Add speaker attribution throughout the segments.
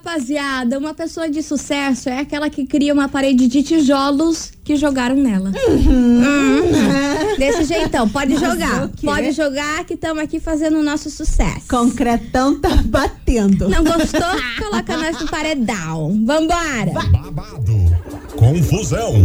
Speaker 1: Piada, uma pessoa de sucesso é aquela que cria uma parede de tijolos que jogaram nela. Uhum. Desse jeitão, pode
Speaker 2: Mas
Speaker 1: jogar.
Speaker 2: o quê?
Speaker 1: Pode jogar que estamos aqui fazendo o nosso sucesso.
Speaker 2: Concretão tá batendo.
Speaker 1: Não gostou? Coloca nós no paredão. Vambora!
Speaker 3: Babado, confusão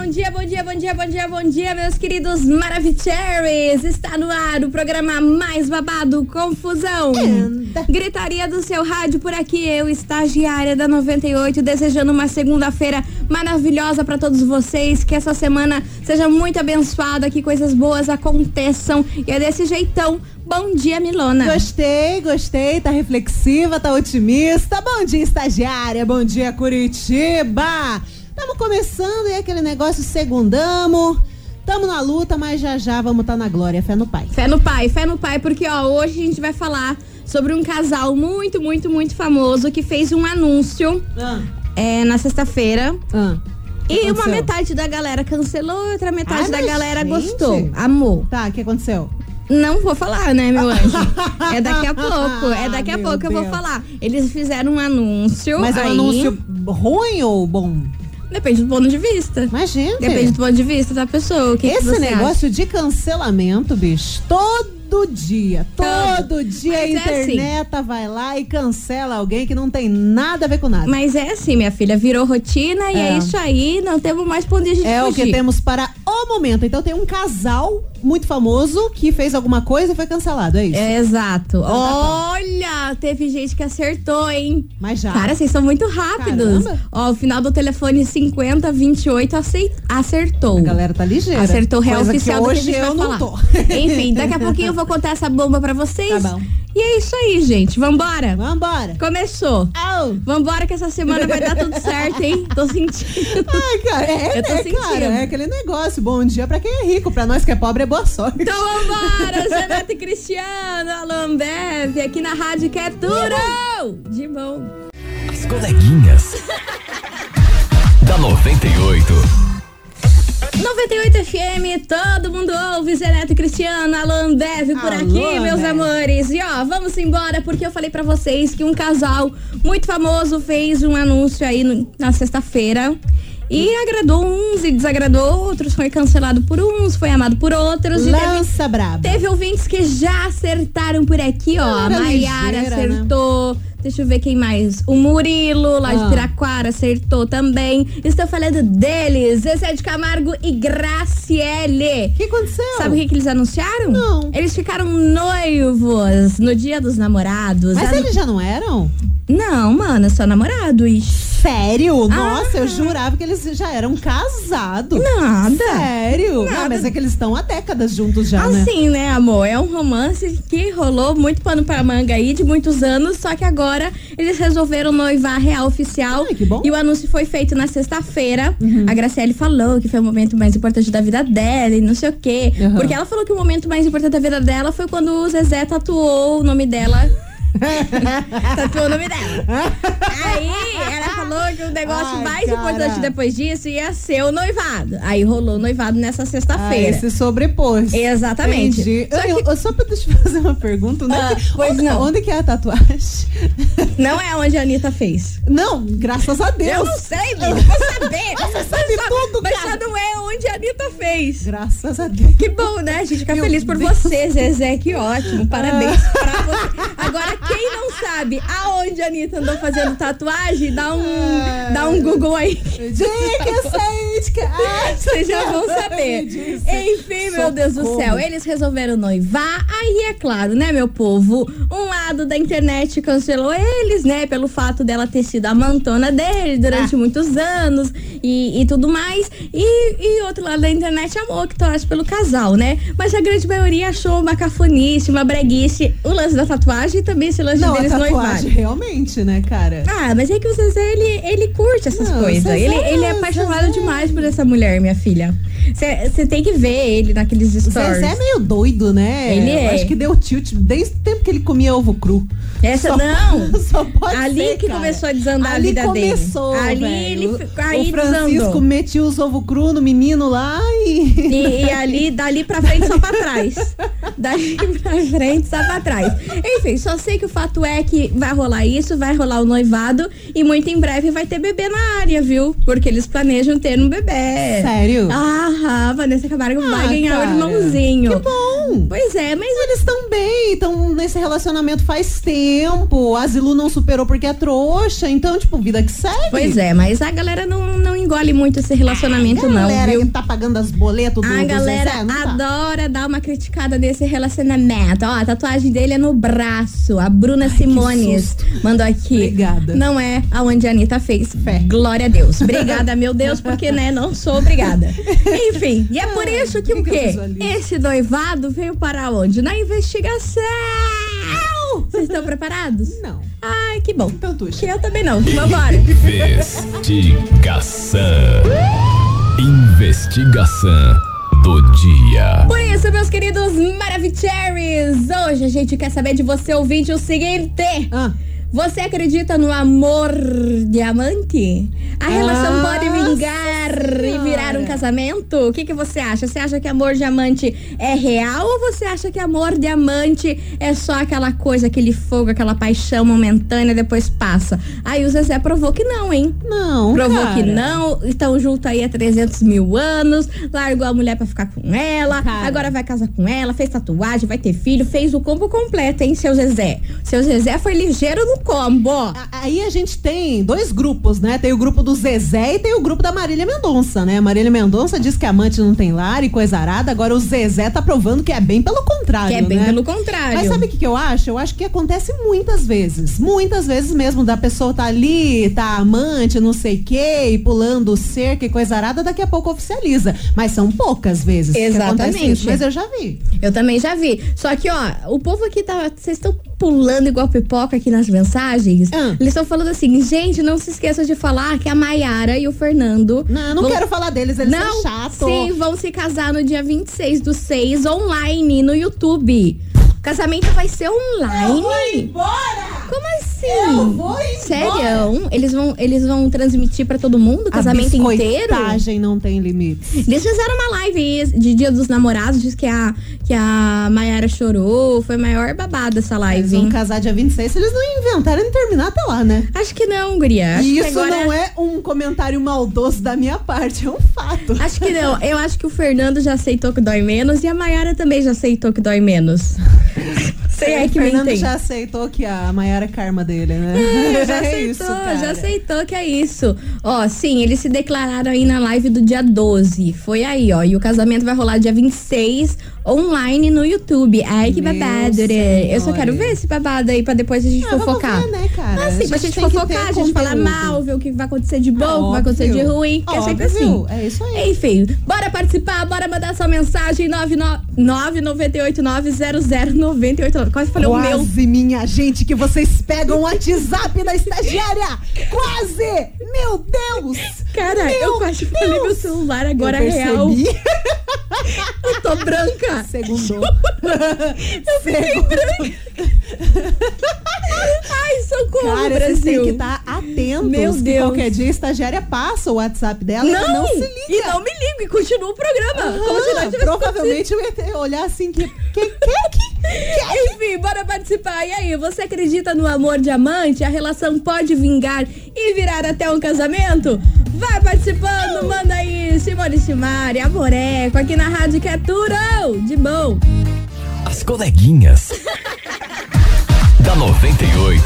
Speaker 1: Bom dia, bom dia, bom dia, bom dia, bom dia, meus queridos Maravicheries! Está no ar o programa mais babado, Confusão.
Speaker 2: Anda.
Speaker 1: Gritaria do seu rádio por aqui, eu, estagiária da 98, desejando uma segunda-feira maravilhosa para todos vocês, que essa semana seja muito abençoada, que coisas boas aconteçam. E é desse jeitão. Bom dia, Milona.
Speaker 2: Gostei, gostei, tá reflexiva, tá otimista. Bom dia, estagiária, bom dia, Curitiba. Tamo começando e aquele negócio segundamo. Tamo na luta, mas já já vamos tá na glória, fé no pai.
Speaker 1: Fé no pai, fé no pai, porque ó, hoje a gente vai falar sobre um casal muito, muito, muito famoso que fez um anúncio
Speaker 2: Ah,
Speaker 1: é, na sexta-feira.
Speaker 2: ah.
Speaker 1: E uma
Speaker 2: Aconteceu.
Speaker 1: metade da galera cancelou e outra metade
Speaker 2: Ai,
Speaker 1: da
Speaker 2: mas,
Speaker 1: galera
Speaker 2: gente.
Speaker 1: gostou. Amor.
Speaker 2: Tá, o que aconteceu?
Speaker 1: Não vou falar, né, meu anjo? É daqui a pouco. É daqui a
Speaker 2: Meu
Speaker 1: pouco que eu vou
Speaker 2: Deus.
Speaker 1: falar. Eles fizeram um anúncio.
Speaker 2: Mas é um
Speaker 1: aí,
Speaker 2: anúncio ruim ou bom?
Speaker 1: Depende do ponto de vista.
Speaker 2: Mas, gente,
Speaker 1: Depende do ponto de vista da pessoa. O que que
Speaker 2: esse
Speaker 1: você acha?
Speaker 2: negócio de cancelamento, bicho, todo dia, todo,
Speaker 1: Todo.
Speaker 2: dia a
Speaker 1: Mas é assim.
Speaker 2: internet vai lá e cancela alguém que não tem nada a ver com nada.
Speaker 1: Mas é assim, minha filha, virou rotina e é,
Speaker 2: É.
Speaker 1: isso aí, não temos mais pra onde a gente
Speaker 2: É o
Speaker 1: fugir.
Speaker 2: que temos para o momento. Então tem um casal muito famoso que fez alguma coisa e foi cancelado, é isso?
Speaker 1: É, exato.
Speaker 2: tá bom.
Speaker 1: Olha, teve gente que acertou, hein?
Speaker 2: Mas já.
Speaker 1: Cara, vocês são muito rápidos.
Speaker 2: Tá. Caramba.
Speaker 1: Ó, o final do telefone 5028 acei- acertou.
Speaker 2: a galera tá ligeira.
Speaker 1: Acertou o réu
Speaker 2: Coisa
Speaker 1: oficial
Speaker 2: que
Speaker 1: do que a
Speaker 2: hoje
Speaker 1: gente vai
Speaker 2: eu
Speaker 1: falar.
Speaker 2: não tô.
Speaker 1: Enfim, daqui a pouquinho eu vou contar essa bomba pra vocês.
Speaker 2: Tá bom.
Speaker 1: E é isso aí, gente. Vambora.
Speaker 2: Vambora.
Speaker 1: Começou.
Speaker 2: Au.
Speaker 1: Vambora que essa semana vai dar tudo certo, hein? Tô sentindo.
Speaker 2: Ai, cara, é,
Speaker 1: Eu tô
Speaker 2: é
Speaker 1: sentindo.
Speaker 2: claro, é aquele negócio. Bom dia pra quem é rico, pra nós que é pobre é boa sorte.
Speaker 1: Então vambora, Janete Cristiano, Alô Ambev, aqui na Rádio que é duro. De bom.
Speaker 4: As coleguinhas. da 98.
Speaker 1: 98 FM, todo mundo ouve, Zeneto Cristiano, Alan Deve por
Speaker 2: Alô,
Speaker 1: aqui, meus
Speaker 2: Ambev.
Speaker 1: amores. E ó, vamos embora, porque eu falei pra vocês que um casal muito famoso fez um anúncio aí no- na sexta-feira. E agradou uns e desagradou outros, foi cancelado por uns, foi amado por outros. E teve
Speaker 2: Lança braba.
Speaker 1: Teve ouvintes que já acertaram por aqui, ó. A
Speaker 2: Galera
Speaker 1: Maiara
Speaker 2: ligeira, né?
Speaker 1: acertou. Deixa eu ver quem mais. O Murilo, lá
Speaker 2: Ah.
Speaker 1: de Piraquara, acertou também. Estou falando deles, Zezé de Camargo e Graciele.
Speaker 2: O que aconteceu?
Speaker 1: Sabe o que, que eles anunciaram?
Speaker 2: Não.
Speaker 1: Eles ficaram noivos no dia dos namorados.
Speaker 2: Mas
Speaker 1: Anu-
Speaker 2: eles já não eram?
Speaker 1: Não, mano, é só namorado. Ixi.
Speaker 2: Sério?
Speaker 1: Ah.
Speaker 2: Nossa, eu jurava que eles já eram casados.
Speaker 1: Nada.
Speaker 2: Sério? Não,
Speaker 1: Nada.
Speaker 2: mas é que eles estão há décadas juntos já, né?
Speaker 1: Assim, né, amor? É um romance que rolou muito pano pra manga aí, de muitos anos, só que agora eles resolveram noivar real oficial.
Speaker 2: Ai, que bom. Uhum.
Speaker 1: E o anúncio foi feito na sexta-feira. A Graciele falou que foi o momento mais importante da vida dela e não sei o quê.
Speaker 2: Uhum.
Speaker 1: Porque ela falou que o momento mais importante da vida dela foi quando o Zezé tatuou o nome dela. tatuou o nome dela. Aí ela falou que o negócio
Speaker 2: Ai,
Speaker 1: mais
Speaker 2: cara.
Speaker 1: importante depois disso ia ser o noivado. Aí rolou o noivado nessa
Speaker 2: Ah,
Speaker 1: sexta-feira.
Speaker 2: esse sobrepôs.
Speaker 1: Exatamente.
Speaker 2: Entendi.
Speaker 1: Só
Speaker 2: Eu,
Speaker 1: que-
Speaker 2: eu- só pra te fazer uma pergunta, né?
Speaker 1: Ah,
Speaker 2: Que-
Speaker 1: pois
Speaker 2: onde,
Speaker 1: não.
Speaker 2: Onde que é a tatuagem?
Speaker 1: Não é onde a Anitta fez.
Speaker 2: Não, graças a Deus.
Speaker 1: Eu não sei, bicho, vou saber.
Speaker 2: Você sabe
Speaker 1: Mas só-
Speaker 2: tudo,
Speaker 1: Mas
Speaker 2: cara.
Speaker 1: só não é onde a Anitta fez.
Speaker 2: Graças a Deus.
Speaker 1: Que bom, né? A gente fica
Speaker 2: Meu
Speaker 1: feliz por
Speaker 2: Deus. Ah.
Speaker 1: você, Zezé. Que ótimo. Parabéns pra você. Agora, quem não sabe aonde a Anitta andou
Speaker 2: Ah.
Speaker 1: fazendo tatuagem, dá um, dá um Google aí.
Speaker 2: Dica, Said, cara.
Speaker 1: Vocês já vão saber.
Speaker 2: disse.
Speaker 1: Enfim, meu Deus do
Speaker 2: Socorro.
Speaker 1: céu, eles resolveram noivar. Aí é claro, né, meu povo? Um lado da internet cancelou eles, né? Pelo fato dela ter sido a mantona dele durante
Speaker 2: Ah.
Speaker 1: muitos anos e, e tudo mais. E, e outro lado da internet amou que torce pelo casal, né? Mas a grande maioria achou uma cafonice, uma breguice, o lance da tatuagem e também esse lance
Speaker 2: Não, a
Speaker 1: deles
Speaker 2: tatuagem
Speaker 1: noivarem.
Speaker 2: realmente, né, cara?
Speaker 1: Ah, mas é que o Zezé, ele, ele curte essas
Speaker 2: Não,
Speaker 1: coisas.
Speaker 2: Zezé,
Speaker 1: Ele, ele é apaixonado
Speaker 2: Zezé. um-
Speaker 1: demais por essa mulher, minha filha. Você tem que ver ele naqueles
Speaker 2: O
Speaker 1: stories.
Speaker 2: Zezé é meio doido, né?
Speaker 1: Ele
Speaker 2: Eu
Speaker 1: é.
Speaker 2: Acho que deu tilt desde o tempo que ele comia ovo cru.
Speaker 1: Essa
Speaker 2: Só-
Speaker 1: não.
Speaker 2: Só pode
Speaker 1: Ali
Speaker 2: ser,
Speaker 1: que
Speaker 2: cara.
Speaker 1: começou a desandar a
Speaker 2: ali
Speaker 1: vida dele.
Speaker 2: começou,
Speaker 1: Ali
Speaker 2: velho.
Speaker 1: ele fi- aí
Speaker 2: O Francisco
Speaker 1: desandou.
Speaker 2: metia os ovo cru no menino lá e.
Speaker 1: E, e ali, dali pra frente, só pra trás. Dali pra frente, só pra trás. Enfim, só sei que o fato é que vai rolar isso, vai rolar o noivado e muito em breve vai ter bebê na área, viu? Porque eles planejam ter um bebê.
Speaker 2: Sério?
Speaker 1: Ah, Vanessa Camargo
Speaker 2: Ah,
Speaker 1: vai ganhar
Speaker 2: cara,
Speaker 1: o irmãozinho.
Speaker 2: Que bom!
Speaker 1: Pois é, mas
Speaker 2: Eles estão bem, estão nesse relacionamento faz tempo. A Zilu não superou porque é trouxa. Então, tipo, vida que segue.
Speaker 1: Pois é, mas a galera não, não engole muito esse relacionamento,
Speaker 2: A galera
Speaker 1: não,
Speaker 2: que
Speaker 1: viu?
Speaker 2: tá pagando as boletas do
Speaker 1: A
Speaker 2: do
Speaker 1: galera
Speaker 2: Zezé, não tá?
Speaker 1: adora dar uma criticada nesse relacionamento. Ó, a tatuagem dele é no braço. A Bruna Simones mandou aqui.
Speaker 2: Obrigada.
Speaker 1: Não é aonde a Anitta fez.
Speaker 2: Fé.
Speaker 1: Glória a Deus. Obrigada, meu Deus, porque, né, não sou obrigada. Enfim, e é por isso que o
Speaker 2: que que eu
Speaker 1: quê?
Speaker 2: fiz ali?
Speaker 1: Esse noivado veio para onde? Na investigação! Vocês estão preparados?
Speaker 2: Não.
Speaker 1: Ai, que bom.
Speaker 2: Então, Tuxa.
Speaker 1: Que eu também não. Vambora.
Speaker 4: Investigação. Investigação do dia.
Speaker 1: Por isso, meus queridos Maravicheries, hoje a gente quer saber de você, ouvinte, o seguinte.
Speaker 2: Ah,
Speaker 1: Você acredita no amor diamante? A relação
Speaker 2: Nossa
Speaker 1: pode vingar e virar um
Speaker 2: Senhora.
Speaker 1: casamento? O que, que você acha? Você acha que amor diamante é real ou você acha que amor diamante é só aquela coisa, aquele fogo, aquela paixão momentânea, depois passa? Aí o Zezé provou que não, hein?
Speaker 2: não.
Speaker 1: Provou
Speaker 2: cara.
Speaker 1: que não, estão juntos aí há 300 mil anos, largou a mulher pra ficar com ela,
Speaker 2: Cara.
Speaker 1: agora vai casar com ela, fez tatuagem, vai ter filho, fez o combo completo, hein, seu Zezé? Seu Zezé foi ligeiro no combo, ó.
Speaker 2: A- Aí a gente tem dois grupos, né? Tem o grupo do Zezé e tem o grupo da Marília Mendonça, né? A Marília Mendonça diz que amante não tem lar e coisa arada. Agora o Zezé tá provando que é bem pelo contrário,
Speaker 1: que é bem
Speaker 2: né?
Speaker 1: pelo contrário.
Speaker 2: Mas sabe o que, que eu acho? Eu acho que acontece muitas vezes. Muitas vezes mesmo, da pessoa tá ali, tá amante, não sei o quê, e pulando cerca e coisa arada, daqui a pouco oficializa. Mas são poucas vezes. que acontece
Speaker 1: Exatamente.
Speaker 2: isso, mas eu já vi.
Speaker 1: Eu também já vi. Só que, ó, o povo aqui tá. Vocês estão pulando igual pipoca aqui nas mensagens.
Speaker 2: Ah.
Speaker 1: Eles estão falando assim, gente, não se esqueçam de falar que a Maiara e o Fernando.
Speaker 2: Não, eu não
Speaker 1: vão-
Speaker 2: quero falar deles, eles
Speaker 1: Não,
Speaker 2: são chatos.
Speaker 1: sim, vão se casar no dia 26 do 6 online no YouTube. O casamento vai ser online?
Speaker 2: embora!
Speaker 1: Como assim?
Speaker 2: Eu vou embora.
Speaker 1: Sério? Eles vão, eles vão transmitir pra todo mundo o casamento
Speaker 2: a
Speaker 1: inteiro?
Speaker 2: biscoitagem não tem limites.
Speaker 1: Eles fizeram uma live de Dia dos Namorados, diz que a, que a Mayara chorou. Foi a maior babada essa
Speaker 2: Eles
Speaker 1: live,
Speaker 2: vão
Speaker 1: hein?
Speaker 2: casar dia 26, se eles não inventarem de terminar até lá, né?
Speaker 1: Acho que não, Guria. Acho
Speaker 2: E
Speaker 1: que
Speaker 2: isso
Speaker 1: agora...
Speaker 2: não é um comentário maldoso da minha parte, é um fato.
Speaker 1: Acho que não. Eu acho que o Fernando já aceitou que dói menos e a Mayara também já aceitou que dói menos. Sei é
Speaker 2: o
Speaker 1: que me
Speaker 2: Fernando
Speaker 1: entende.
Speaker 2: já aceitou que a Maiara é karma dele, né?
Speaker 1: É, já
Speaker 2: É
Speaker 1: aceitou,
Speaker 2: isso, cara.
Speaker 1: já aceitou que é isso. Ó, sim, eles se declararam aí na live do dia 12. Foi aí, ó. E o casamento vai rolar dia 26, online no YouTube. Ai, que
Speaker 2: Meu
Speaker 1: babado, né? Eu só quero ver esse babado aí pra depois a gente
Speaker 2: Ah, vamos
Speaker 1: fofocar.
Speaker 2: ver, né, cara?
Speaker 1: Ah, sim, pra gente
Speaker 2: tem que
Speaker 1: fofocar,
Speaker 2: ter
Speaker 1: a gente falar
Speaker 2: conteúdo. Ah,
Speaker 1: mal, ver o que vai acontecer de bom, o que vai
Speaker 2: Óbvio.
Speaker 1: acontecer de ruim. Que é sempre assim.
Speaker 2: Óbvio, É isso aí.
Speaker 1: Enfim, bora participar, bora mandar sua mensagem 998900989. Quase falei o meu.
Speaker 2: Quase, minha gente, que vocês pegam o WhatsApp da estagiária! Quase! Meu Deus!
Speaker 1: Cara, eu quase falei meu celular agora
Speaker 2: eu
Speaker 1: é real.
Speaker 2: percebi.
Speaker 1: Eu tô branca.
Speaker 2: Segundou.
Speaker 1: Eu fiquei branca. Ai, socorro,
Speaker 2: Cara, vocês têm
Speaker 1: Brasil.
Speaker 2: que tá- estar atentos.
Speaker 1: Meu
Speaker 2: que
Speaker 1: Deus.
Speaker 2: qualquer dia a estagiária passa o WhatsApp dela e
Speaker 1: Não,
Speaker 2: não se
Speaker 1: e
Speaker 2: liga.
Speaker 1: não me ligo, e continua o programa. como se não
Speaker 2: Ah,
Speaker 1: tivesse
Speaker 2: provavelmente eu ia ter- olhar assim que. Quem que, que, que
Speaker 1: Enfim, bora participar. E aí, você acredita no amor diamante? A relação pode vingar e virar até um casamento? Vai participando, manda aí, Simone Simari, Amoreco, aqui na Rádio que é Turão, de bom.
Speaker 4: As coleguinhas da 98.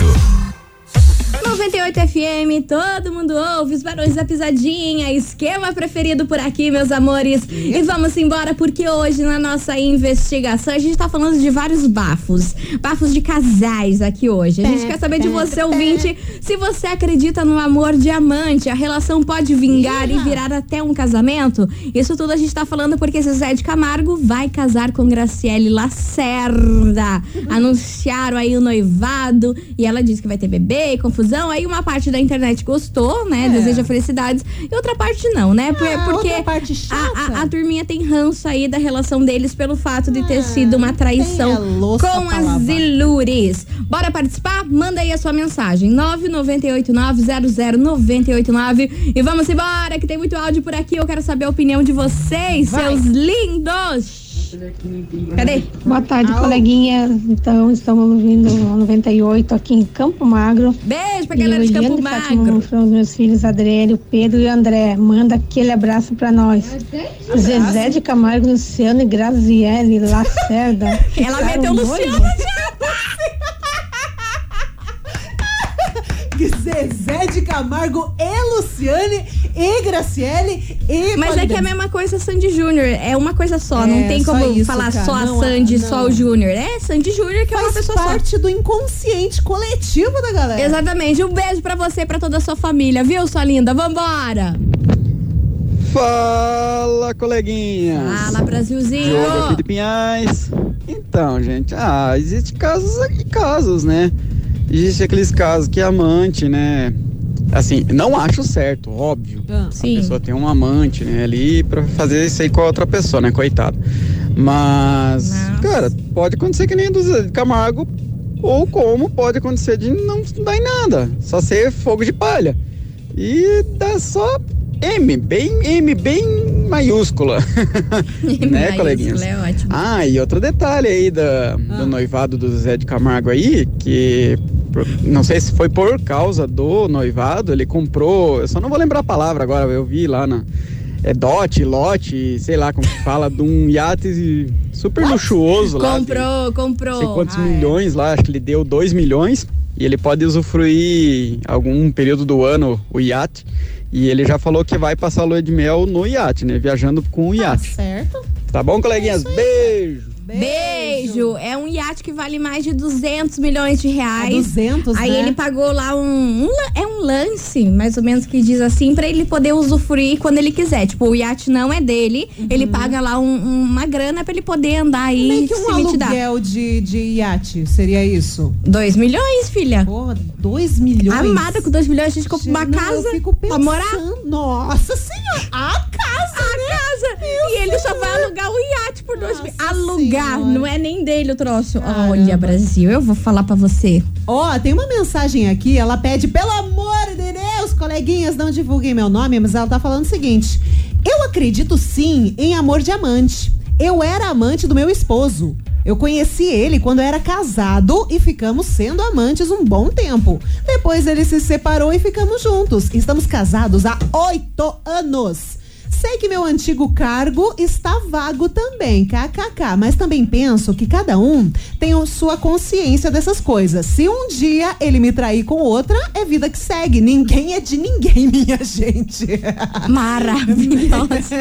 Speaker 1: 98 FM, todo mundo ouve os barões da pisadinha, esquema preferido por aqui, meus amores. E vamos embora porque hoje na nossa investigação a gente tá falando de vários bafos, bafos de casais aqui hoje. A gente quer saber de você, ouvinte, se você acredita no amor diamante, a relação pode vingar e virar até um casamento? Isso tudo a gente tá falando porque Zezé de Camargo vai casar com Graciele Lacerda. Anunciaram aí o noivado e ela disse que vai ter bebê e confusão. Aí uma parte da internet gostou, né?
Speaker 2: É.
Speaker 1: Deseja felicidades. E outra parte não, né? Por-
Speaker 2: Ah,
Speaker 1: porque
Speaker 2: outra parte chata.
Speaker 1: A, a- a turminha tem ranço aí da relação deles pelo fato de ter sido uma
Speaker 2: tem a
Speaker 1: traição
Speaker 2: louça
Speaker 1: com
Speaker 2: pra
Speaker 1: as
Speaker 2: lavar.
Speaker 1: Silures. Bora participar? Manda aí a sua mensagem. 998900989. E vamos embora, que tem muito áudio por aqui. Eu quero saber a opinião de vocês,
Speaker 2: Vai.
Speaker 1: seus lindos. Cadê?
Speaker 5: Boa tarde,
Speaker 2: Alô.
Speaker 5: coleguinhas. Então, estamos ouvindo a 98 aqui em Campo Magro.
Speaker 1: Beijo pra
Speaker 5: E
Speaker 1: galera de
Speaker 5: o Leandro
Speaker 1: Campo
Speaker 2: tá
Speaker 5: e Fátima
Speaker 2: um
Speaker 1: Magro.
Speaker 5: são os meus filhos, Adriele, o Pedro e o André. Manda aquele abraço pra nós. Zezé de Camargo, Luciano e Graziele Lacerda.
Speaker 1: Ela
Speaker 5: Ficaram
Speaker 1: meteu o
Speaker 5: doidos.
Speaker 1: Luciano já.
Speaker 2: Que Zezé de Camargo e Luciane e Graciele e
Speaker 1: Mas é que é a
Speaker 2: Polidem.
Speaker 1: mesma coisa Sandy Júnior. É uma coisa só.
Speaker 2: É,
Speaker 1: não tem
Speaker 2: só
Speaker 1: como
Speaker 2: isso,
Speaker 1: falar
Speaker 2: cara.
Speaker 1: só a
Speaker 2: Não, é,
Speaker 1: Sandy,
Speaker 2: não.
Speaker 1: só o Júnior. É Sandy Júnior que é uma
Speaker 2: faz
Speaker 1: pessoa só.
Speaker 2: parte do inconsciente coletivo da galera.
Speaker 1: Exatamente. Um beijo pra você e pra toda a sua família, viu, sua linda? Vambora!
Speaker 6: Fala, coleguinhas!
Speaker 1: Fala, Brasilzinho!
Speaker 6: Diogo aqui de Pinhais. Então, gente, ah, existe casos e casos, né? Existe aqueles casos que amante, né? Assim, não acho certo, óbvio.
Speaker 2: Ah,
Speaker 1: Sim.
Speaker 6: A pessoa tem um amante, né, ali pra fazer isso aí com a outra pessoa, né, coitado. Mas,
Speaker 1: Nossa.
Speaker 6: cara, pode acontecer que nem do Zé de Camargo, ou como pode acontecer de não dar em nada, só ser fogo de palha. E dá só M, bem M, bem maiúscula. né,
Speaker 1: Mas
Speaker 6: coleguinhas?
Speaker 1: isso É ótimo.
Speaker 6: Ah, e outro detalhe aí da,
Speaker 2: Ah.
Speaker 6: do noivado do Zé de Camargo aí, que por- não sei se foi por causa do noivado, ele comprou, eu só não vou lembrar a palavra agora, eu vi lá na. É dote, lote, sei lá como que fala, de um iate super luxuoso lá. de-
Speaker 1: comprou,
Speaker 6: não
Speaker 1: comprou.
Speaker 6: sei quantos
Speaker 1: Ah, é.
Speaker 6: milhões lá, acho que ele deu 2 milhões e ele pode usufruir algum período do ano o iate. E ele já falou que vai passar a lua de mel no iate, né? Viajando com o
Speaker 2: tá
Speaker 6: iate.
Speaker 2: certo.
Speaker 6: Tá bom, coleguinhas? Beijo!
Speaker 1: Beijo! É um iate que vale mais de 200 milhões de
Speaker 2: A
Speaker 1: reais.
Speaker 2: 200,
Speaker 1: Aí
Speaker 2: né?
Speaker 1: ele pagou lá um, um lan- É um lance, mais ou menos, que diz assim, pra ele poder usufruir quando ele quiser. Tipo, o iate não é dele, ele paga lá um- um- uma grana pra ele poder andar aí
Speaker 2: Meio Uhum. que
Speaker 1: e
Speaker 2: um
Speaker 1: se mitidar.
Speaker 2: aluguel de, de iate, seria isso?
Speaker 1: 2 milhões, filha.
Speaker 2: Porra, 2 milhões.
Speaker 1: Amada com 2 milhões, a gente compra uma
Speaker 2: Não,
Speaker 1: casa
Speaker 2: eu fico
Speaker 1: pra morar.
Speaker 2: pensando. Nossa senhora, a casa,
Speaker 1: a
Speaker 2: né?
Speaker 1: casa. e ele só vai alugar o iate por dois mil.
Speaker 2: Nossa
Speaker 1: Alugar,
Speaker 2: Senhora.
Speaker 1: não é nem dele o troço.
Speaker 2: Caramba.
Speaker 1: Olha, Brasil, eu vou falar pra você.
Speaker 2: Ó, tem uma mensagem aqui, ela pede, pelo amor de Deus, coleguinhas, não divulguem meu nome, mas ela tá falando o seguinte: Eu acredito sim em amor diamante. Eu era amante do meu esposo. Eu conheci ele quando era casado e ficamos sendo amantes um bom tempo. Depois ele se separou e ficamos juntos. Estamos casados há oito anos. Sei que meu antigo cargo está vago também, kkk, mas também penso que cada um tem o- sua consciência dessas coisas. Se um dia ele me trair com outra, é vida que segue. Ninguém é de ninguém, minha gente.
Speaker 1: Maravilhosa.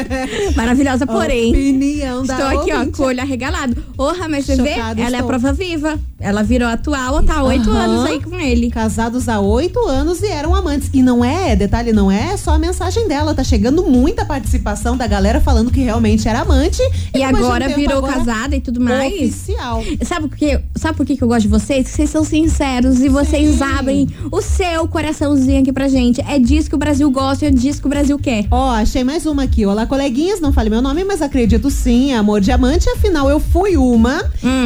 Speaker 1: Maravilhosa, porém.
Speaker 2: Opinião da
Speaker 1: Estou aqui, ó,
Speaker 2: ouvinte.
Speaker 1: com o olho arregalado. Porra, mas você vê, ela
Speaker 2: Chocada
Speaker 1: é a
Speaker 2: estou.
Speaker 1: prova viva. Ela virou atual, tá há oito
Speaker 2: Aham.
Speaker 1: anos aí com ele.
Speaker 2: Casados há oito anos e eram amantes. E não é, detalhe, não é só a mensagem dela. Tá chegando muita participação da galera falando que realmente era amante.
Speaker 1: E
Speaker 2: depois de um
Speaker 1: agora
Speaker 2: tempo,
Speaker 1: virou
Speaker 2: agora,
Speaker 1: casada e tudo mais.
Speaker 2: Oficial.
Speaker 1: Sabe por quê? Sabe por que que eu gosto de vocês? Que vocês são sinceros e vocês abrem o seu coraçãozinho aqui pra gente. É disso que o Brasil gosta, é disso que o Brasil quer.
Speaker 2: Ó, achei mais uma aqui. Olá, coleguinhas, não fale meu nome, mas acredito sim, amor diamante. Afinal, eu fui uma.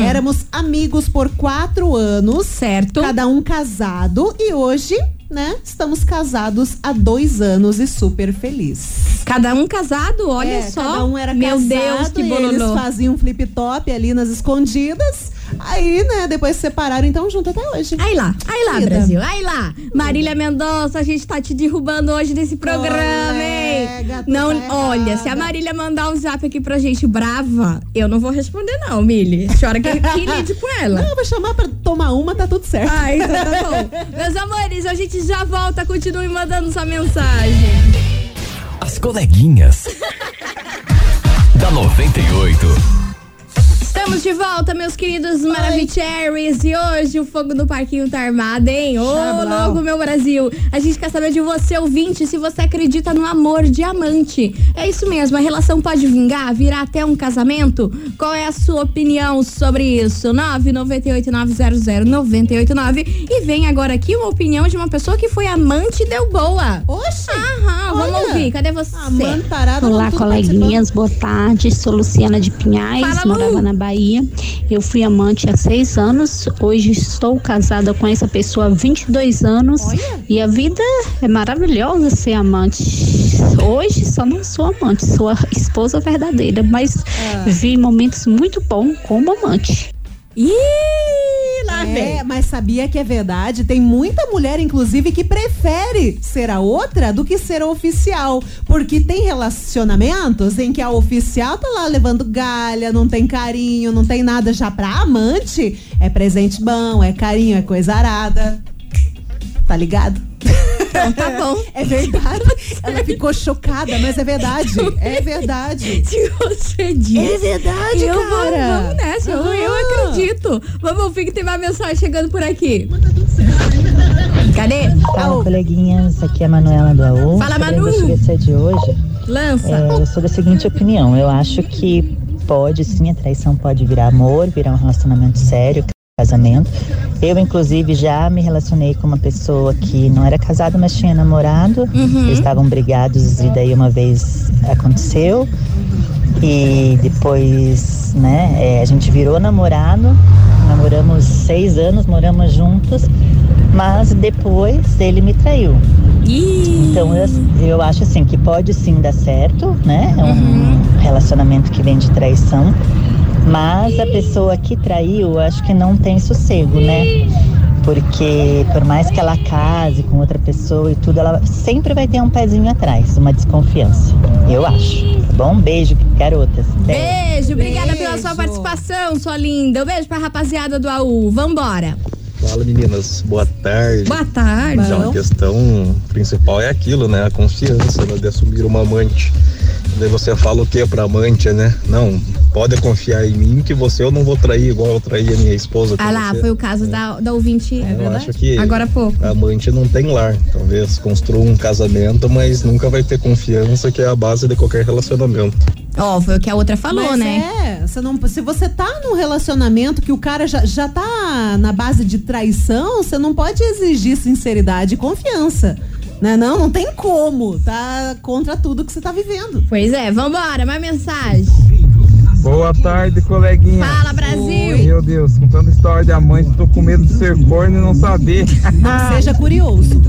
Speaker 2: Éramos amigos por quatro anos.
Speaker 1: Hum. Certo?
Speaker 2: Cada um casado. E hoje, né, estamos casados há dois anos e super feliz.
Speaker 1: Cada um casado, olha
Speaker 2: É,
Speaker 1: só.
Speaker 2: Cada um era
Speaker 1: Meu
Speaker 2: casado
Speaker 1: Deus, que
Speaker 2: e eles
Speaker 1: bololô.
Speaker 2: faziam um flip top ali nas escondidas. Aí, né, depois se separaram, então junto até hoje.
Speaker 1: Aí lá, aí lá,
Speaker 2: Vida.
Speaker 1: Brasil, aí lá. Marília Mendonça, a gente tá te derrubando hoje nesse programa, hein?
Speaker 2: gato,
Speaker 1: não,
Speaker 2: tá
Speaker 1: olha, se a
Speaker 2: errada.
Speaker 1: Marília mandar um zap aqui pra gente brava, eu não vou responder, não, Mili. Chora que, que lide com ela.
Speaker 2: Não, Ah, eu vou chamar pra tomar uma, tá tudo certo.
Speaker 1: Ah, então tá bom. Meus amores, a gente já volta. Continue mandando sua mensagem.
Speaker 4: As coleguinhas. da 98.
Speaker 1: Estamos de volta, meus queridos Maravicheries. E hoje o fogo do parquinho tá armado, hein? Ô,
Speaker 2: Chablau.
Speaker 1: louco, meu Brasil! A gente quer saber de você, ouvinte, se você acredita no amor diamante. É isso mesmo, a relação pode vingar, virar até um casamento? Qual é a sua opinião sobre isso? 998900989. E vem agora aqui uma opinião de uma pessoa que foi amante e deu boa.
Speaker 2: Oxi!
Speaker 1: Aham, vamos
Speaker 2: Olha.
Speaker 1: ouvir. Cadê você?
Speaker 2: Ah, mano, parada.
Speaker 7: Olá,
Speaker 2: tudo
Speaker 7: coleguinhas, boa tarde. Sou Luciana de Pinhais,
Speaker 1: Fala, Lu.
Speaker 7: morava na Bahia. Eu fui amante há seis anos. Hoje estou casada com essa pessoa há 22 anos.
Speaker 2: Olha.
Speaker 7: E a vida é maravilhosa ser amante. Hoje só não sou amante, sou a esposa verdadeira, mas
Speaker 1: Ah.
Speaker 7: vi momentos muito bons como amante.
Speaker 1: Ih, lá vem.
Speaker 2: É, mas sabia que é verdade? Tem muita mulher, inclusive, que prefere ser a outra do que ser a oficial. Porque tem relacionamentos em que a oficial tá lá levando galha, não tem carinho, não tem nada. Já pra amante, é presente bom, é carinho, é coisa arada. Tá ligado?
Speaker 1: Então tá bom.
Speaker 2: É verdade. Ela ficou chocada, mas é verdade. É verdade.
Speaker 1: Se você diz.
Speaker 2: É verdade,
Speaker 1: eu vou-
Speaker 2: cara.
Speaker 1: vamos nessa, eu, eu
Speaker 2: Ah.
Speaker 1: acredito. Vamos ouvir que tem uma mensagem chegando por aqui. Cadê? Tá
Speaker 8: Fala, coleguinhas. Aqui é a Manuela do AU.
Speaker 1: Fala,
Speaker 8: Sobre a
Speaker 1: Manu.
Speaker 8: investigação de hoje,
Speaker 1: Lança.
Speaker 8: é, eu sou da seguinte opinião. Eu acho que pode sim, a traição pode virar amor, virar um relacionamento sério, casamento. Eu, inclusive, já me relacionei com uma pessoa que não era casada, mas tinha namorado. Eles estavam brigados e daí uma vez aconteceu. E depois, né, é, a gente virou namorado, namoramos seis anos, moramos juntos, mas depois ele me traiu.
Speaker 1: É. Ih,
Speaker 8: Então eu, eu acho assim que pode sim dar certo, né? É um relacionamento que vem de traição. Mas a pessoa que traiu, eu acho que não tem sossego, né? Porque por mais que ela case com outra pessoa e tudo, ela sempre vai ter um pezinho atrás, uma desconfiança. Eu acho. Tá bom? Um beijo, garotas. Até.
Speaker 1: beijo, obrigada pela sua
Speaker 2: Beijo.
Speaker 1: participação, sua linda. Um beijo pra rapaziada do AU. Vambora.
Speaker 9: Fala meninas, boa tarde.
Speaker 1: Boa tarde.
Speaker 9: Então, a questão principal é aquilo, né? A confiança né? de assumir uma amante. Daí você fala o que pra amante, né? Não, pode confiar em mim que você eu não vou trair igual eu traí a minha esposa. com
Speaker 1: Ah lá,
Speaker 9: você. É.
Speaker 1: foi o caso da, da ouvinte. É
Speaker 9: Eu acho que
Speaker 1: Agora há pouco.
Speaker 9: a amante não tem lar. Talvez construa um casamento, mas nunca vai ter confiança, que é a base de qualquer relacionamento.
Speaker 1: Ó, foi o que a outra falou,
Speaker 2: Mas
Speaker 1: né?
Speaker 2: É, você não, se você tá num relacionamento que o cara já, já tá na base de traição, você não pode exigir sinceridade e confiança. Né? Não, não tem como. Tá contra tudo que você tá vivendo.
Speaker 1: Pois é, vambora, mais mensagem.
Speaker 10: Boa tarde, coleguinha.
Speaker 1: Fala, Brasil.
Speaker 10: Meu Deus, com tanta história de amante, tô com medo de ser corno e não saber.
Speaker 1: Ah.
Speaker 2: Seja curioso.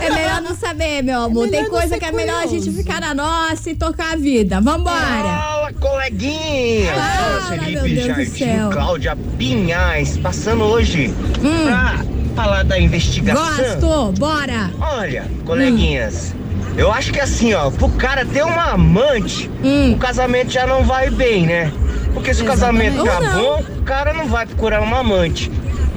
Speaker 1: É melhor não saber, meu amor.
Speaker 2: É melhor
Speaker 1: Tem
Speaker 2: não
Speaker 1: coisa
Speaker 2: ser
Speaker 1: que é melhor a gente
Speaker 2: curioso.
Speaker 1: ficar na nossa e tocar a vida. Vambora.
Speaker 11: Fala, coleguinha!
Speaker 1: Fala, meu Deus do céu.
Speaker 11: Cláudia Pinhais, passando hoje
Speaker 1: Hum,
Speaker 11: pra falar da
Speaker 2: É.
Speaker 11: investigação.
Speaker 1: gosto, Hum. bora.
Speaker 11: Olha, coleguinhas, eu acho que assim, ó, pro cara ter uma amante,
Speaker 1: Hum.
Speaker 11: o casamento já não vai bem, né? Porque se o casamento tá
Speaker 1: Ou não.
Speaker 11: bom, o cara não vai procurar uma amante.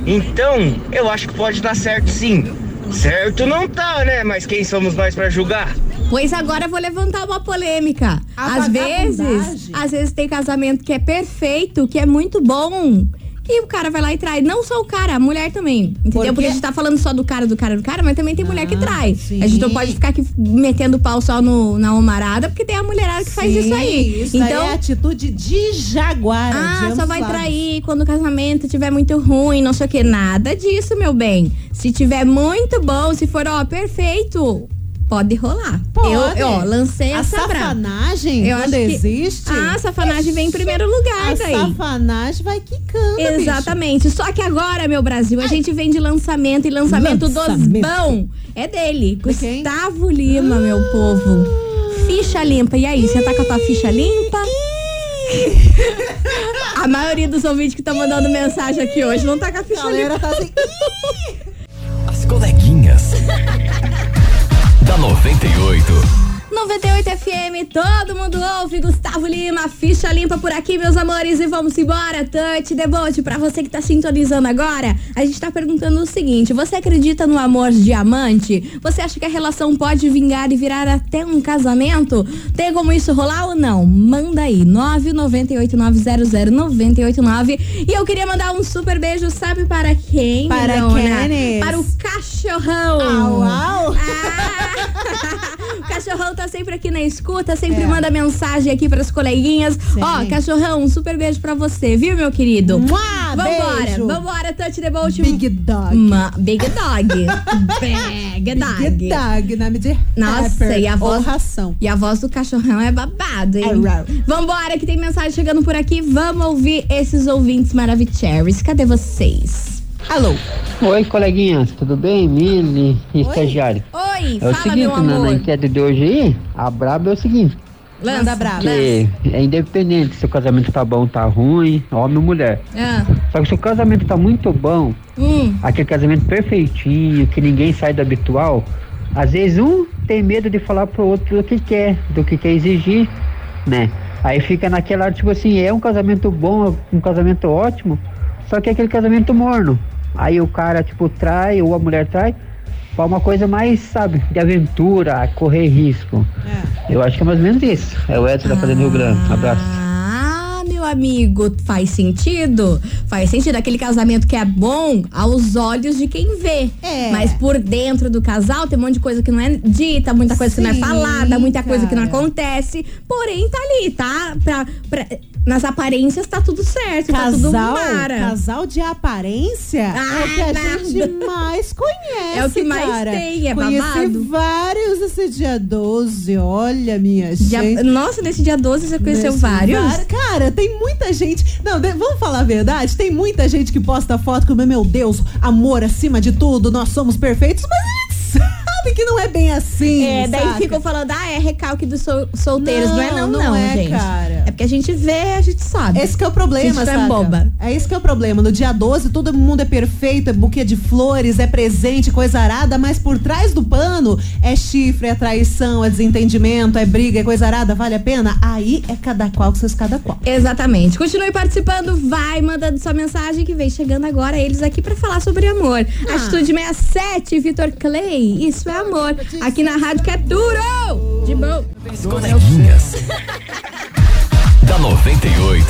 Speaker 11: Então, eu acho que pode dar certo sim. Certo não tá, né? Mas quem somos nós pra julgar?
Speaker 1: Pois agora eu vou levantar uma polêmica.
Speaker 2: A
Speaker 1: às vezes,
Speaker 2: vagabundagem.
Speaker 1: às vezes tem casamento que é perfeito, que é muito bom. E o cara vai lá e trai. Não só o cara, a mulher também. Entendeu?
Speaker 2: Porque- Ah,
Speaker 1: Porque a gente tá falando só do cara, do cara, do cara, mas também tem mulher que trai.
Speaker 2: sim.
Speaker 1: A gente não pode ficar aqui metendo pau só no, na homarada, porque tem a mulherada que faz isso aí.
Speaker 2: Isso
Speaker 1: então,
Speaker 2: aí é atitude de jaguara. de
Speaker 1: Ah, só
Speaker 2: ambos
Speaker 1: vai
Speaker 2: lados.
Speaker 1: trair quando o casamento tiver muito ruim, não sei o que. Nada disso, meu bem. Se tiver muito bom, se for, ó, perfeito, pode rolar.
Speaker 2: Pode.
Speaker 1: Eu, eu, ó, lancei
Speaker 2: A
Speaker 1: essa brava.
Speaker 2: safanagem,
Speaker 1: né? Eu
Speaker 2: quando
Speaker 1: acho que-
Speaker 2: existe,
Speaker 1: Ah, a safanagem vem em primeiro lugar
Speaker 2: a
Speaker 1: daí.
Speaker 2: safanagem vai quicando, bicho.
Speaker 1: Exatamente. Só que agora, meu Brasil, a gente vem de lançamento e lançamento,
Speaker 2: Lançamento.
Speaker 1: dos bão. É dele.
Speaker 2: quem?
Speaker 1: Gustavo Lima, meu povo. Ficha limpa. E aí, você tá com a tua ficha limpa? A maioria dos ouvintes que estão mandando mensagem aqui hoje não tá com a
Speaker 2: A
Speaker 1: ficha limpa.
Speaker 2: galera tá assim...
Speaker 4: As coleguinhas. da 98.
Speaker 1: 98 FM, todo mundo ouve. Gustavo Lima, ficha limpa por aqui, meus amores. E vamos embora, Tante Debote. Pra você que tá sintonizando agora, a gente tá perguntando o seguinte: você acredita no amor diamante? Você acha que a relação pode vingar e virar até um casamento? Tem como isso rolar ou não? Manda aí, 998900989. E eu queria mandar um super beijo, sabe para quem?
Speaker 2: Para
Speaker 1: Dona?
Speaker 2: quem?
Speaker 1: Para o cachorrão.
Speaker 2: Au, au.
Speaker 1: Ah. O cachorrão tá sempre aqui na escuta,
Speaker 2: É.
Speaker 1: sempre manda mensagem aqui pras coleguinhas. Ó, cachorrão, um super beijo pra você, viu, meu querido?
Speaker 2: Mua,
Speaker 1: vambora,
Speaker 2: beijo.
Speaker 1: vambora, Touch the Bolt.
Speaker 2: Big Dog.
Speaker 1: Ma- Big Dog. Big Dog.
Speaker 2: Big Dog, nome de
Speaker 1: Nossa,
Speaker 2: rapper
Speaker 1: e a
Speaker 2: ou
Speaker 1: voz-
Speaker 2: ração.
Speaker 1: E a voz do cachorrão é babado, hein?
Speaker 2: É, rau.
Speaker 1: Vambora, que tem mensagem chegando por aqui. Vamos ouvir esses ouvintes maravilhosos. Cadê vocês?
Speaker 2: Alô.
Speaker 12: Oi, coleguinhas, tudo bem? Mili, estagiário.
Speaker 1: Oi,
Speaker 12: É o
Speaker 1: fala, meu
Speaker 12: seguinte, na,
Speaker 1: amor.
Speaker 12: na enquete de hoje aí, a braba é o seguinte,
Speaker 1: Lança, brava.
Speaker 12: que é independente se o casamento tá bom ou tá ruim, homem ou mulher.
Speaker 1: Ah,
Speaker 12: Só que se o casamento tá muito bom,
Speaker 1: hum.
Speaker 12: aquele casamento perfeitinho, que ninguém sai do habitual, às vezes um tem medo de falar pro outro do que quer, do que quer exigir, né? Aí fica naquela, tipo assim, é um casamento bom, um casamento ótimo, só que é aquele casamento morno. Aí o cara, tipo, trai, ou a mulher trai, pra uma coisa mais, sabe, de aventura, correr risco. Eu acho que é mais ou menos isso. É o Edson da Fazenda Rio Grande. Abraço.
Speaker 1: Ah, meu amigo, faz sentido. Faz sentido aquele casamento que é bom aos olhos de quem vê.
Speaker 2: É.
Speaker 1: Mas por dentro do casal tem um monte de coisa que não é dita, muita coisa que não é
Speaker 2: Sim,
Speaker 1: falada, muita coisa que não
Speaker 2: cara.
Speaker 1: acontece. Porém, tá ali, tá? Pra, pra- nas aparências tá tudo certo, tá tudo
Speaker 2: Casal,
Speaker 1: mara.
Speaker 2: casal de aparência
Speaker 1: Ah,
Speaker 2: é o que a
Speaker 1: nada.
Speaker 2: gente mais conhece.
Speaker 1: É o que mais
Speaker 2: cara.
Speaker 1: tem, é
Speaker 2: Conheci
Speaker 1: babado.
Speaker 2: vários esse dia 12, olha, minha
Speaker 1: Dia-
Speaker 2: gente.
Speaker 1: nossa, nesse dia 12 você conheceu
Speaker 2: Nesse
Speaker 1: vários?
Speaker 2: bar- Cara, tem muita gente. Não, de- vamos falar a verdade. Tem muita gente que posta foto como, meu Deus, amor acima de tudo, nós somos perfeitos, mas a gente sabe que não é bem assim.
Speaker 1: É, daí
Speaker 2: saca?
Speaker 1: ficam falando, ah, é recalque dos sol- solteiros. Não, é não, não,
Speaker 2: é,
Speaker 1: gente.
Speaker 2: cara.
Speaker 1: É porque a gente vê, a gente sabe.
Speaker 2: Esse que é o problema,
Speaker 1: Gente, tu é
Speaker 2: saca?
Speaker 1: boba.
Speaker 2: É esse que é o problema. No dia 12, todo mundo é perfeito, é buquê de flores, é presente, coisa arada, mas por trás do pano é chifre, é traição, é desentendimento, é briga, é coisa arada, vale a pena? Aí é cada qual com seus cada qual.
Speaker 1: Exatamente. Continue participando, vai mandando sua mensagem que vem chegando agora eles aqui pra falar sobre amor.
Speaker 2: Ah.
Speaker 1: Atitude 67, Vitor Clay. Isso é amor. Aqui na rádio que é duro. De bom.
Speaker 4: As coleguinhas. da 98.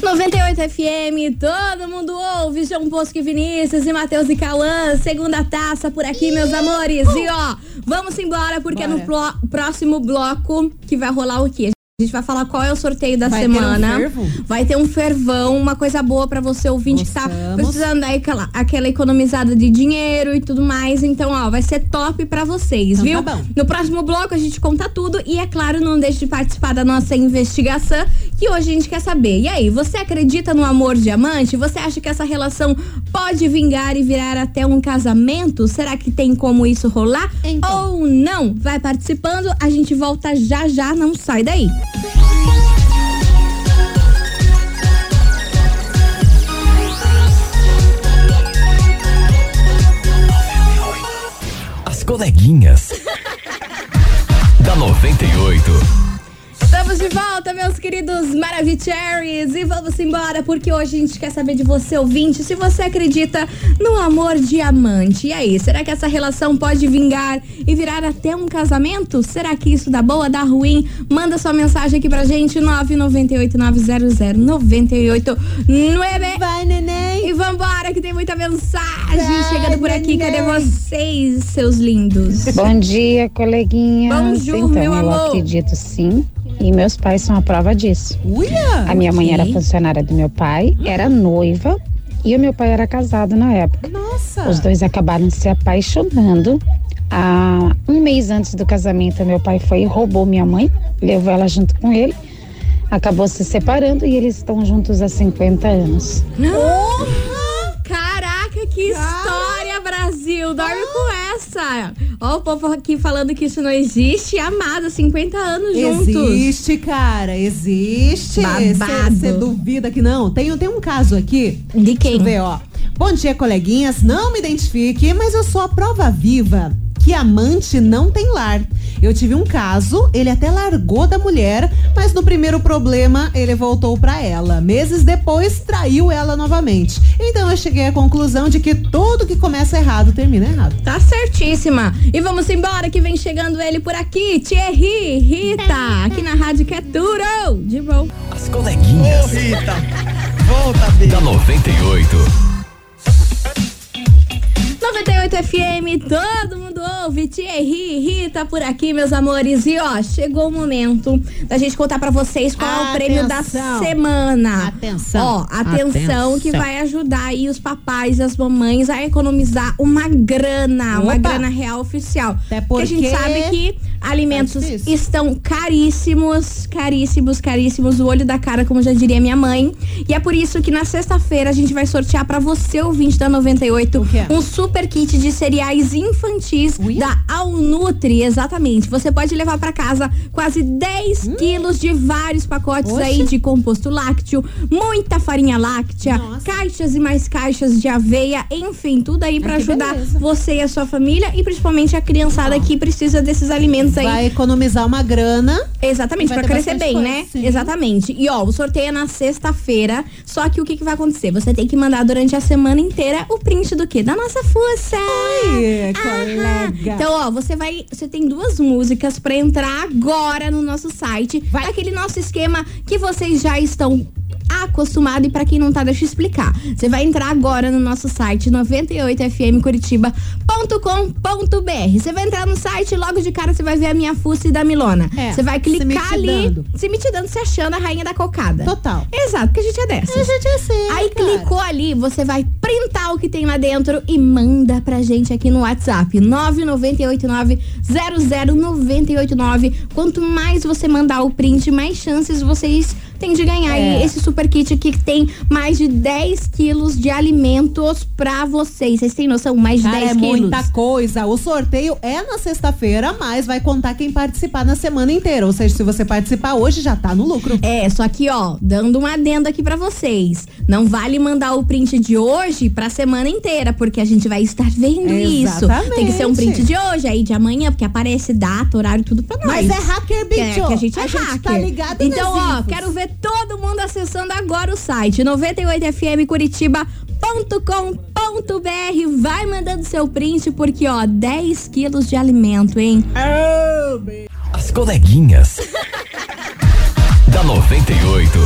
Speaker 1: 98 FM, todo mundo ouve. João Bosco e Vinícius e Matheus e Cauã. Segunda taça por aqui, meus amores. E ó, vamos embora porque no plo- próximo bloco que vai rolar o quê? A gente vai falar qual é o sorteio da
Speaker 2: Vai ter um
Speaker 1: semana.
Speaker 2: fervo?
Speaker 1: Vai ter um fervão, uma coisa boa pra você ouvinte que tá
Speaker 2: Gostamos.
Speaker 1: precisando dar aquela, aquela economizada de dinheiro e tudo mais. Então, ó, vai ser top pra vocês,
Speaker 2: Então
Speaker 1: viu?
Speaker 2: tá bom.
Speaker 1: No próximo bloco a gente conta tudo e, é claro, não deixe de participar da nossa investigação, que hoje a gente quer saber. E aí, você acredita no amor diamante? Você acha que essa relação pode vingar e virar até um casamento? Será que tem como isso rolar?
Speaker 2: Então.
Speaker 1: Ou não? Vai participando, a gente volta já já, não sai daí.
Speaker 4: As coleguinhas. da 98.
Speaker 1: Estamos de volta, meus queridos Maravicheries, e vamos embora porque hoje a gente quer saber de você, ouvinte, se você acredita no amor diamante. E aí, será que essa relação pode vingar e virar até um casamento? Será que isso dá boa, dá ruim? Manda sua mensagem aqui pra gente, 998 900 989.
Speaker 2: Vai, neném!
Speaker 1: E vambora, que tem muita mensagem
Speaker 2: Vai,
Speaker 1: chegando por aqui. Cadê
Speaker 2: neném.
Speaker 1: vocês, seus lindos?
Speaker 5: Bom dia, coleguinha.
Speaker 1: Bonjour,
Speaker 5: então,
Speaker 1: meu
Speaker 5: eu
Speaker 1: amor.
Speaker 5: acredito sim. E meus pais são a prova disso.
Speaker 2: Uia!
Speaker 5: A minha mãe era
Speaker 1: Ok.
Speaker 5: funcionária do meu pai, era noiva. E o meu pai era casado na época.
Speaker 2: Nossa!
Speaker 1: Tá.
Speaker 5: Os dois acabaram se apaixonando. Ah, um mês antes do casamento, meu pai foi e roubou minha mãe, levou ela junto com ele. Acabou se separando e eles estão juntos há 50 anos.
Speaker 1: Caraca, que história, Brasil! Dorme com essa! Ó, o povo aqui falando que isso não existe. Amada, 50 anos juntos.
Speaker 2: Existe, cara, existe.
Speaker 1: Babado.
Speaker 2: Você duvida que não? Tem, tem um caso aqui.
Speaker 1: De
Speaker 2: Deixa eu
Speaker 1: quem?
Speaker 2: ver, ó. Bom dia, coleguinhas. Não me identifique, mas eu sou a prova viva que amante não tem lar. Eu tive um caso, ele até largou da mulher, mas no primeiro problema ele voltou pra ela. Meses depois, traiu ela novamente. Então eu cheguei à conclusão de que tudo que começa errado termina errado.
Speaker 1: Tá certíssima. E vamos embora que vem chegando ele por aqui, Thierry, Rita, aqui na Rádio Caturo. De bom.
Speaker 4: As coleguinhas.
Speaker 1: Ô,
Speaker 4: Rita. Volta, bem. Da 98.
Speaker 1: 98 FM, todo mundo ouve, Thierry, Rita tá por aqui, meus amores. E ó, chegou o momento da gente contar pra vocês qual é o prêmio da
Speaker 2: Atenção.
Speaker 1: semana.
Speaker 2: Atenção.
Speaker 1: Ó, atenção, que
Speaker 2: Atenção.
Speaker 1: vai ajudar aí os papais e as mamães a economizar uma grana, uma
Speaker 2: Opa.
Speaker 1: grana real oficial. Até
Speaker 2: porque-
Speaker 1: a gente sabe que alimentos
Speaker 2: Tá difícil.
Speaker 1: estão caríssimos, caríssimos, caríssimos, o olho da cara, como já diria minha mãe. E é por isso que na sexta-feira a gente vai sortear pra você, ouvinte da 98, um super kit de cereais infantis da Alnutri, exatamente. Você pode levar pra casa quase
Speaker 2: Hum.
Speaker 1: 10 quilos de vários pacotes
Speaker 2: Oxe.
Speaker 1: aí de composto lácteo, muita farinha láctea, caixas e mais caixas de aveia, enfim, tudo aí pra
Speaker 2: Ah, que
Speaker 1: ajudar
Speaker 2: beleza.
Speaker 1: você e a sua família e principalmente a criançada que precisa desses alimentos aí.
Speaker 2: Vai economizar uma grana.
Speaker 1: Exatamente,
Speaker 2: Vai
Speaker 1: pra
Speaker 2: ter
Speaker 1: crescer
Speaker 2: bastante
Speaker 1: bem,
Speaker 2: coisa,
Speaker 1: né? Exatamente. E ó, o sorteio é na sexta-feira. Só que o que, que vai acontecer? Você tem que mandar durante a semana inteira o print do quê? Da nossa fuça!
Speaker 2: Oi,
Speaker 1: Aham. Então, ó, você vai. Você tem duas músicas pra entrar agora no nosso site. Vai. Aquele nosso esquema que vocês já estão acostumados e pra quem não tá, deixa eu explicar. Você vai entrar agora no nosso site 98fmcuritiba.com.br. Você vai entrar no site, logo de cara você vai ver a minha fuça e da Milona.
Speaker 2: É,
Speaker 1: Você vai
Speaker 2: se
Speaker 1: clicar ali,
Speaker 2: mitidando.
Speaker 1: se mitidando, se achando a rainha da cocada.
Speaker 2: Total.
Speaker 1: Exato, porque a gente é dessa.
Speaker 2: A gente é assim,
Speaker 1: Aí
Speaker 2: cara.
Speaker 1: clicou ali, você vai printar o que tem lá dentro e manda pra gente aqui no WhatsApp. 998900989. Quanto mais você mandar o print, mais chances vocês têm de ganhar aí
Speaker 2: É.
Speaker 1: esse super kit que tem mais de 10 quilos de alimentos pra vocês. Vocês têm noção? Mais de
Speaker 2: Cara,
Speaker 1: 10
Speaker 2: é
Speaker 1: quilos.
Speaker 2: muita coisa. O sorteio é na sexta-feira, mas vai contar quem participar na semana inteira. Ou seja, se você participar hoje, já tá no lucro.
Speaker 1: É, só que ó, dando um adendo aqui pra vocês. Não vale mandar o print de hoje pra semana inteira, porque a gente vai estar vendo isso.
Speaker 2: Exatamente.
Speaker 1: Tem que ser um print de hoje, aí de amanhã, porque aparece data, horário, tudo pra nós.
Speaker 2: Mas é hacker,
Speaker 1: Que, é-
Speaker 2: bicho.
Speaker 1: que a gente é
Speaker 2: A gente
Speaker 1: hacker.
Speaker 2: tá ligado
Speaker 1: então,
Speaker 2: nas
Speaker 1: ó,
Speaker 2: infos.
Speaker 1: quero ver todo mundo acessando agora o site 98fmcuritiba.com.br. Vai mandando seu print, porque, ó, 10 quilos de alimento, hein?
Speaker 4: As coleguinhas. da 98.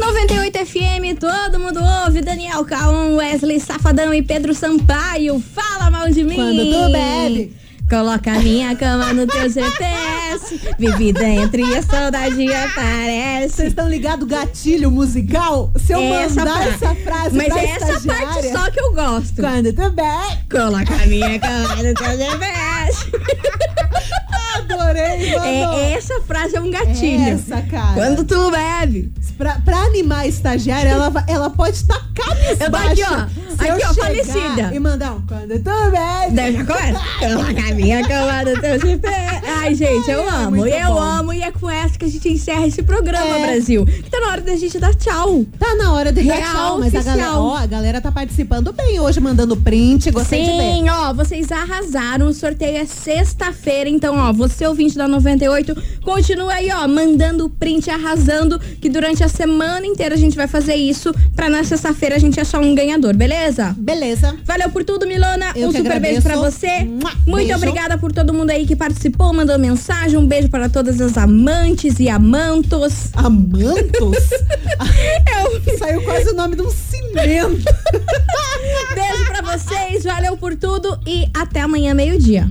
Speaker 1: 98 FM, todo mundo ouve. Daniel Caon, Wesley Safadão e Pedro Sampaio. Fala mal de mim.
Speaker 2: Quando tu bebe.
Speaker 1: Coloca a minha cama no teu GPS. Bebida entre a saudade aparece.
Speaker 2: Vocês estão ligados, gatilho musical? Se eu
Speaker 1: Essa
Speaker 2: mandar
Speaker 1: pra-
Speaker 2: essa frase
Speaker 1: Mas
Speaker 2: pra
Speaker 1: é essa parte
Speaker 2: estagiária- tá
Speaker 1: só que eu gosto.
Speaker 2: Quando tu bebe.
Speaker 1: Coloca a minha cama no teu GPS.
Speaker 2: Adorei, mano.
Speaker 1: É, essa frase é um gatilho.
Speaker 2: Essa, cara.
Speaker 1: Quando tu bebe.
Speaker 2: Pra, pra animar a estagiária, ela, vai- ela pode tacar nesse
Speaker 1: Eu tô aqui, ó. Aqui, ó, falecida.
Speaker 2: E mandar um quando tu bebe.
Speaker 1: Daí já começa. Coloca a minha cama no teu GPS. Ai, gente, eu
Speaker 2: Ai, é
Speaker 1: amo.
Speaker 2: muito
Speaker 1: eu
Speaker 2: bom.
Speaker 1: amo. E é com essa que a gente encerra esse programa,
Speaker 2: É.
Speaker 1: Brasil. Que tá na hora da gente dar tchau.
Speaker 2: Tá na hora de dar
Speaker 1: Real
Speaker 2: tchau, mas a
Speaker 1: oficial.
Speaker 2: galera, ó, a galera tá participando bem hoje, mandando print, gostei de ver.
Speaker 1: Sim, ó, vocês arrasaram. O sorteio é sexta-feira, então, ó, você ouvinte da 98, continua aí, ó, mandando o print, arrasando, que durante a semana inteira a gente vai fazer isso pra na sexta-feira a gente achar um ganhador, beleza?
Speaker 2: Beleza.
Speaker 1: Valeu por tudo, Milona.
Speaker 2: Eu
Speaker 1: um
Speaker 2: que
Speaker 1: super beijo
Speaker 2: agradeço.
Speaker 1: pra você.
Speaker 2: Mua,
Speaker 1: Muito
Speaker 2: beijo.
Speaker 1: obrigada por todo mundo aí que participou, mandou mensagem. Um beijo para todas as amantes e amantos.
Speaker 2: Amantos?
Speaker 1: Eu
Speaker 2: Saiu quase o nome de um cimento.
Speaker 1: beijo pra vocês. Valeu por tudo e até amanhã meio-dia.